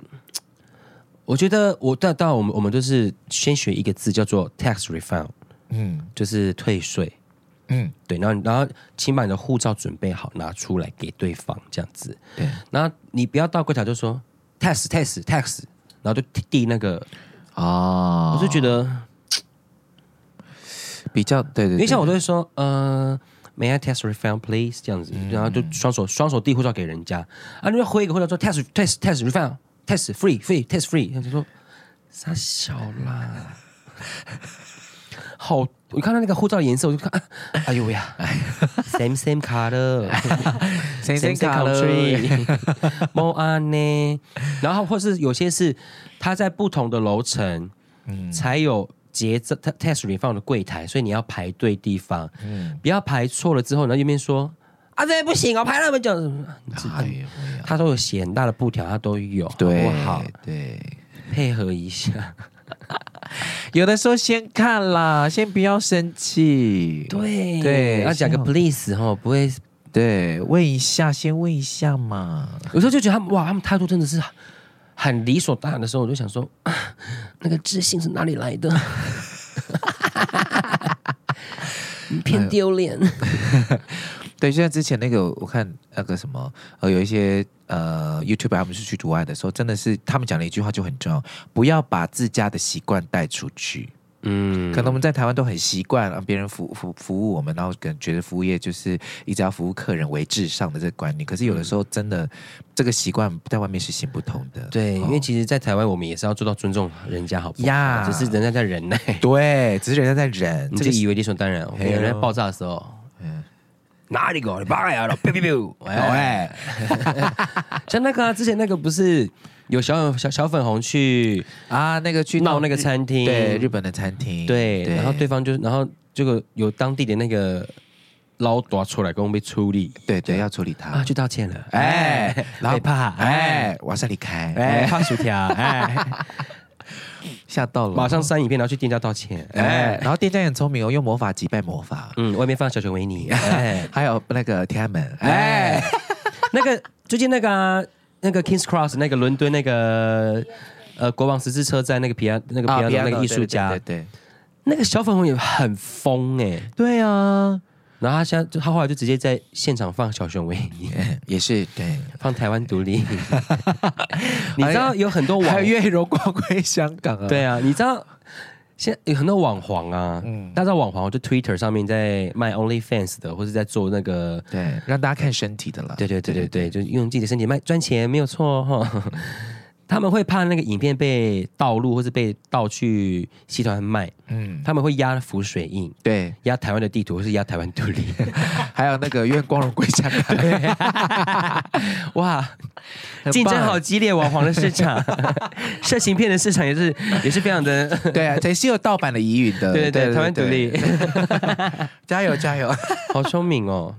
我觉得我到到我们我们就是先学一个字叫做 tax refund，
嗯
就是退税。
嗯，
对，然后然后请把你的护照准备好，拿出来给对方这样子。
对，
然后你不要到柜台就说 tax tax tax，然后就递那个
哦，
我就觉得，
比较对对，
因为像
我
我都会说，呃，May I test refund please 这样子，然后就双手双手递护照给人家，啊，你就挥一个护照说 test test test refund test free free test free，然后就说傻小啦， 好，我看到那个护照的颜色，我就看，啊 哎呦喂呀，same same color。
先
先
生
卡
卡
了
了，
莫安呢？然后或是有些是它在不同的楼层，才有结账 test refund 的柜台，所以你要排对地方，不要排错了之后，然后右边说啊，这不行哦，排那么久，
哎呀喂呀
他都有写很大的布条，他都有，
对，
好不好
对。
配合一下，
有的时候先看啦，先不要生气。
对
对
要讲个
像我
please 哦，不会，
对，问一下，先问一下嘛。
有时候就觉得他们哇，他们态度真的是。很理所当然的时候，我就想说， 啊那个自信是哪里来的？ 偏丢脸。
对，就像之前那个，我看那个什么，呃，有一些呃 YouTube 他们是去国外的时候，真的是他们讲了一句话就很重要，不要把自家的习惯带出去。
嗯
可能我们在台湾都很习惯，让别人服服服务我们，然后可能觉得服务业就是一直要服务客人为至上的这个观念。可是有
嗯
的时候真的，这个习惯在外面是行不通的。
对，
哦
因为其实，在台湾我们也是要做到尊重人家，好不好？
呀
只是人家在忍 耐，
对，只是人家在忍，
你
这
就
个习
以为理所当然。我
哎
们
呦
有人在爆炸的时候，哪里狗？你爸呀！了，哔哔哔！ 喂喂，像那个啊之前那个不是有小小小粉红去
啊，那个去
闹那
日
个餐厅，
对日本的餐厅，
对，然后对方就然后这个有当地的那个捞夺出来，跟我们被处理
对对要处理他，
啊，去道歉了，
哎，然后
害怕，哎
哎，晚上离开，
哎，
哎，
怕薯条，哎，
吓到了，
马上删影片，然后去店家道歉，
哎，
哎，
然后店家很聪明哦，用魔法击败魔法，
嗯，外面放小熊维尼，哎，
还有那个天安门，哎，
哎，那个最近那个啊那个 Kings Cross 那个伦敦那个呃国王十字车站那个皮亚那个皮亚诺那个艺术
对
家，
对
那个小粉红也很疯哎、
对啊，
然后他现在就他后来就直接在现场放小熊维尼，
也是对。
放台湾独 立。你知哎道有很多网
还月荣光归香港啊，
对啊，你知道现在有很多网黄啊，大家知道网黄就 Twitter 上面在卖 OnlyFans 的，或是在做那个。
对，让大家看身体的啦。
对对啊对对嗯对，就是用自己的身体卖赚钱，没有错哈。他们会怕那个影片被盗录，或是被盗去集团卖，
嗯，
他们会压浮水印，
对，
压台湾的地图，或是压台湾独 立。
还有那个愿光荣归香 港，
哇，
很棒
竞争好激烈，网黄的市 场，色情片的市场也是也是非常的，
对啊，也是有盗版的疑云的，
呃对对对，台湾独，立，
加油加油！
好聪明哦，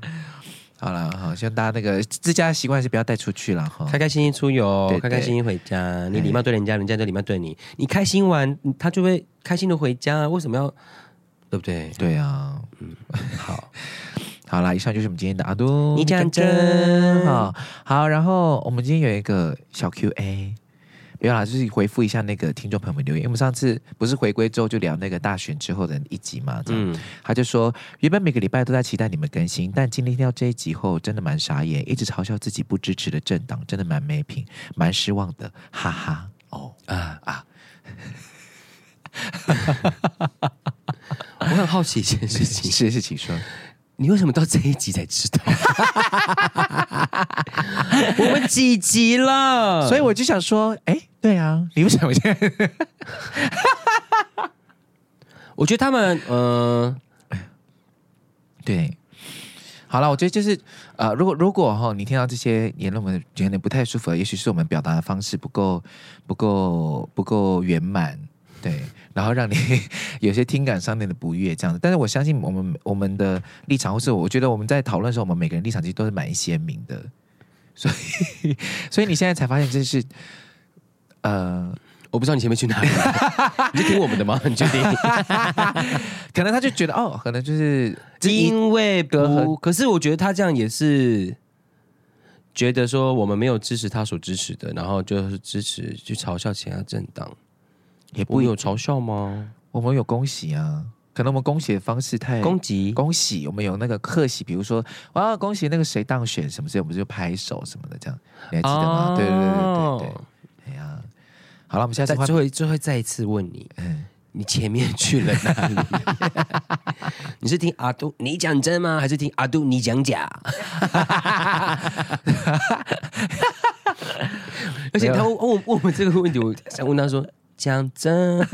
好了，好，希望大家那个自家习惯是不要带出去了哈
开。开心心出游，
对对
开开心心回家，你礼哦貌对人家，人家就礼貌对你，你开心完，他就会开心的回家啊，为什么要，对不对？
对啊，
好，
好啦，以上就是我们今天的阿都，
你讲真
哈。好，然后我们今天有一个小 Q&A。没有啦，就是回复一下那个听众朋友们留言，因为我们上次不是回归之后就聊那个大选之后的一集嘛，这样
嗯，
他就说，原本每个礼拜都在期待你们更新，但今天听到这一集后，真的蛮傻眼，一直嘲笑自己不支持的政党，真的蛮没品，蛮失望的，哈哈。哦，
啊啊！我很好奇一件事
是
情，
是是，请说。
你为什么到这一集才知道？ 我们几集了？
所以我就想说，哎，对啊，你为什么现在？
我觉得他们，嗯、
对，好了，我觉得就是呃，如果如果哈、你听到这些言论，我们觉得不太舒服，也许是我们表达的方式不够不够不够圆满，对，然后让你 有些听感上面的不悦这样子。但是我相信我们我们的立场，或是我觉得我们在讨论的时候，我们每个人立场其实都是蛮鲜明的，所以所以你现在才发现这是呃，
我不知道你前面去哪 里，你是听我们的吗？你确定？
可能他就觉得哦，可能就是这一
因为
隔
不，
阂
可是我觉得他这样也是觉得说我们没有支持他所支持的，然后就是支持去嘲笑其他政党。
也
我
不
们
有，
有嘲笑吗？
我们有恭喜啊，可能我们恭喜的方式太
攻击？
恭喜，我们有那个贺喜，比如说我要恭喜那个谁当选什么之类，我们就拍手什么的，这样你还记得吗？对对对对对
哦
对，哎呀，好了，我们下次
但
换
最，后最后再一次问你，
嗯，
你前面去了哪里？ 你是听阿杜你讲真吗？还是听阿杜你讲假？ 而且他问问我问我这个问题，我想问他说讲真，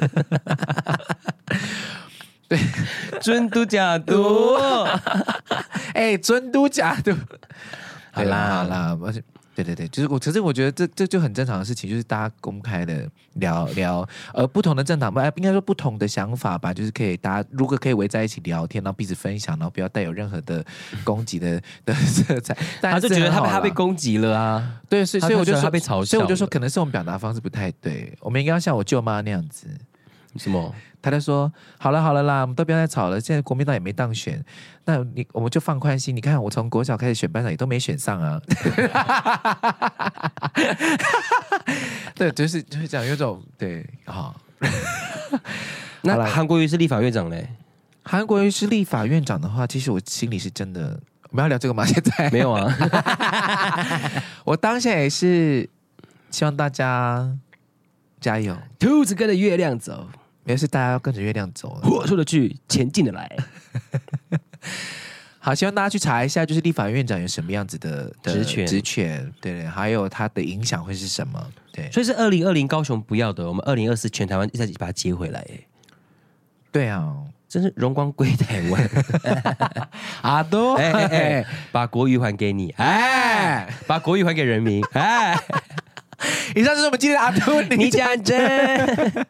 对，真嘟假嘟，
哎，尊嘟假嘟， 好
对啊啦
啦好啦，而且。对对对，就是我，可是我觉得这这就很正常的事情，就是大家公开的聊聊，呃，不同的政党吧，呃应该说不同的想法吧，就是可以大家如果可以围在一起聊天，然后彼此分享，然后不要带有任何的攻击的的色彩，大
他就
家
觉得他
很
被
好
他被
啦
攻击了啊！
对，所以
他
所以我
就
就
说
说
他被嘲
所以我就
笑
说
了
可能是我们表达方式不太对，我们应该要像我舅妈那样子。
什么？
她就说：“好了好了啦，我们都不要再吵了。现在国民党也没当选，那你我们就放宽心。你看我从国小开始选班长也都没选上啊。 对，就是就是这样，有一种对啊。好
那
啦
韩国瑜是立法院长 嘞？
韩国瑜是立法院长的话，其实我心里是真的，我们要聊这个吗？现在
没有 啊，
我当下也是希望大家加油。”
兔子跟着月亮走，
没事，大家要跟着月亮走啊了。
火出的去，前进的来。
好，希望大家去查一下，就是立法院长有什么样子的的
职权
职权对对，还有它的影响会是什么？对
所以是二零二零高雄不要的，我们二零二四全台湾再把它接回来，哎，
对啊，
真是荣光归台 湾。
阿多
哎
哎
哎
哎
哎，把国语还给你，哎，
哎，
把国语还 给人民，哎，
以上就是我们今天的阿多，
你讲真。